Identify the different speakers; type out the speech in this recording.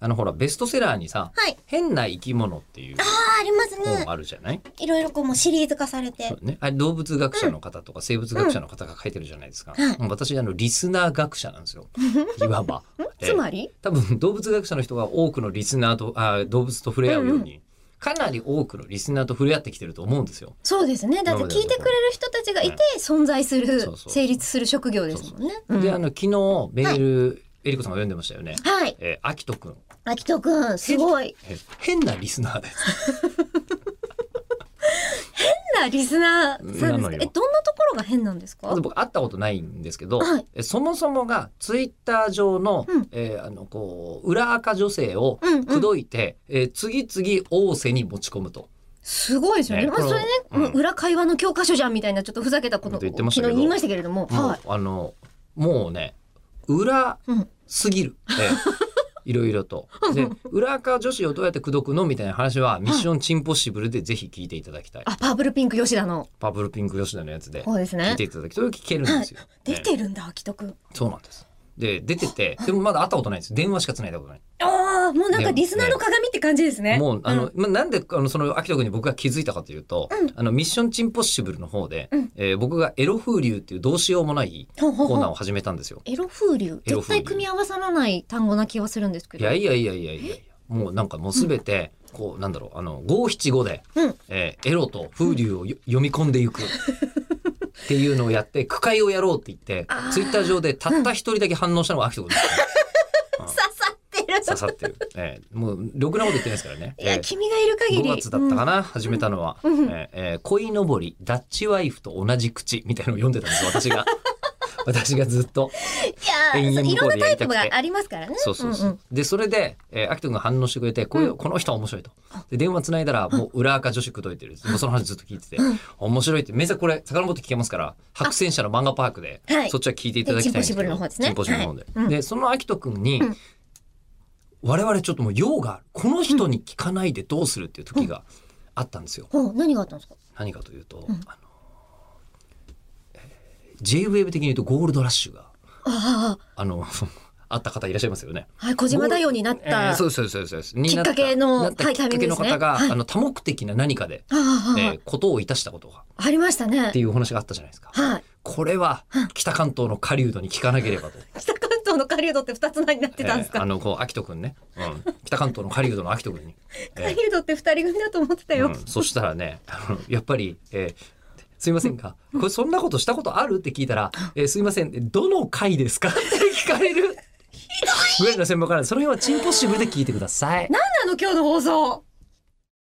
Speaker 1: あのほらベストセラーにさ
Speaker 2: はい。
Speaker 1: 「変な生き物」っていう
Speaker 2: ああ、ありますね
Speaker 1: 本。あるじゃない、
Speaker 2: いろいろこうもうシリーズ化されて。
Speaker 1: そうね、あれ動物学者の方とか生物学者の方が書いてるじゃないですか、
Speaker 2: はい
Speaker 1: もう私あのリスナー学者なんです よいわば。ええ
Speaker 2: つまり
Speaker 1: 多分動物学者の人が多くのリスナーとあ動物と触れ合うように、かなり多くのリスナーと触れ合ってきてると思うんですよ。
Speaker 2: そうですね。だって聞いてくれる人たちがいて存在する
Speaker 1: そう、そう
Speaker 2: 成立する職業ですもんね。うん
Speaker 1: であの昨日メール、えりこさんが読んでましたよね。
Speaker 2: はい。
Speaker 1: えー、あきとくん、
Speaker 2: あきとくん、すごい。
Speaker 1: え変なリスナーです。
Speaker 2: 変なリスナーさん
Speaker 1: な
Speaker 2: です
Speaker 1: の
Speaker 2: か
Speaker 1: よ
Speaker 2: え、どんなところが変なんです
Speaker 1: ま
Speaker 2: か
Speaker 1: ず僕会ったことないんですけど、
Speaker 2: はい
Speaker 1: えそもそもがツイッター上の、
Speaker 2: うん
Speaker 1: えーあのこう裏垢女性を
Speaker 2: うんうん
Speaker 1: 口説いて、えー次々王政に持ち込むと。
Speaker 2: すごいですよね。
Speaker 1: ね
Speaker 2: まあ、それね、
Speaker 1: この
Speaker 2: もう裏会話の教科書じゃんみたいな、ちょっとふざけたことを
Speaker 1: 言っ
Speaker 2: 昨
Speaker 1: てまし
Speaker 2: 日
Speaker 1: たけど
Speaker 2: 言いましたけれども。
Speaker 1: もう
Speaker 2: はい。
Speaker 1: あのもうね裏
Speaker 2: うん。
Speaker 1: すぎる。ええいろいろと。で、裏垢女子をどうやって口説くのみたいな話は、ミッションチンポッシブルでぜひ聞いていただきたい。
Speaker 2: あ、パープルピンク吉田の
Speaker 1: パープルピンク吉田のやつで
Speaker 2: 方です
Speaker 1: 聞
Speaker 2: ね
Speaker 1: いて。いただきたい。聞けるんですよ。
Speaker 2: 出
Speaker 1: え
Speaker 2: てるんだ、あきとくん。
Speaker 1: えそうなんです。で、出てて、でもまだ会ったことないです。電話しか繋いだことない。
Speaker 2: ああ、もうなんか
Speaker 1: ね
Speaker 2: リスナーの鏡って感じですね。
Speaker 1: もう、あ
Speaker 2: う
Speaker 1: の
Speaker 2: ん、、
Speaker 1: まなんで、あの、その、秋田君に僕が気づいたかというと、あの、ミッションチンポッシブルの方で
Speaker 2: うん、
Speaker 1: えー僕がエロ風流っていうどうしようもない
Speaker 2: ほう
Speaker 1: コ
Speaker 2: ほうほ
Speaker 1: ー
Speaker 2: う
Speaker 1: ナーを始めたんですよ。
Speaker 2: エロ風流。
Speaker 1: エロ
Speaker 2: 絶
Speaker 1: 風流
Speaker 2: 対組み合わさらない単語な気はするんですけ
Speaker 1: い
Speaker 2: ど。
Speaker 1: やいやいやいやいやいやもうなんかもうすべて、こう、なんだろう、あの、五七五で、
Speaker 2: うん
Speaker 1: えーエロと風流をよ読み込んでいく。っていうのをやって、句会をやろうって言って
Speaker 2: あー、
Speaker 1: ツイッター上でたった一人だけ反応したのが秋人君です。
Speaker 2: 刺さってる。
Speaker 1: 刺さってる。えーもう、ろくなこと言ってないですからね。
Speaker 2: いや、
Speaker 1: えー
Speaker 2: 君がいる限り。
Speaker 1: 5月だったかな、始めたのは。
Speaker 2: うん
Speaker 1: えーえー恋のぼり、ダッチワイフと同じ口みたいなのを読んでたん です、私が。私がずっと。
Speaker 2: うんいや、
Speaker 1: 延
Speaker 2: い
Speaker 1: 々向こ
Speaker 2: ろんな
Speaker 1: うで
Speaker 2: タ
Speaker 1: や
Speaker 2: イ
Speaker 1: り
Speaker 2: プ
Speaker 1: たくて
Speaker 2: がありますからね。
Speaker 1: そうそうそう。
Speaker 2: んん
Speaker 1: で、それで、えー、アキト君が反応してくれて、こういう、この人は面白いと。で、電話つないだら、もう裏垢女子口説いてる。もうその話ずっと聞いてて、面白いって、めざこれ、遡って聞けますから、白戦車の漫画パークで、
Speaker 2: はい
Speaker 1: そっちは聞いていただきたいんですけど。
Speaker 2: でチンポシブルの方ですね
Speaker 1: チンポシブルの方で。
Speaker 2: はいうん
Speaker 1: で、そのアキト君に、
Speaker 2: うん
Speaker 1: 我々ちょっともう用がある。この人に聞かないでどうするっていう時があったんですよ。
Speaker 2: ほう、何があったんですか
Speaker 1: 何かというと、あの、えー J-Wave 的に言うとゴールドラッシュが、
Speaker 2: ああ、
Speaker 1: あの、 あった方いらっしゃいますよね。
Speaker 2: はい、小島だよになっ
Speaker 1: え
Speaker 2: た。
Speaker 1: ーそうそうそうそうそうに
Speaker 2: きっ
Speaker 1: なた
Speaker 2: かけの
Speaker 1: なった
Speaker 2: はい
Speaker 1: きっかけの
Speaker 2: タイミングですね
Speaker 1: 方が、
Speaker 2: はい
Speaker 1: あの多目的な何かで、
Speaker 2: ああ、
Speaker 1: えーことをいたしたことが
Speaker 2: ありましたね
Speaker 1: って。いうお話があったじゃないですか。
Speaker 2: はい。
Speaker 1: これは北関東の狩人に聞かなければ と。
Speaker 2: 北関東の狩人って二つ何になってたんです
Speaker 1: えーあ
Speaker 2: か、
Speaker 1: のこう秋人くんね、うん、北関東の狩人の秋人くんに。えー
Speaker 2: 狩人って二人組だと思ってたよ。
Speaker 1: うん、そしたらね、 あのやっぱり、えーすいませんか、これそんなことしたことあるって聞いたら、えーすいません、どの回ですかって聞かれる。ぐらいの専門家なんで、その辺はチンポッシブルで聞いてください。
Speaker 2: なんなの今日の放送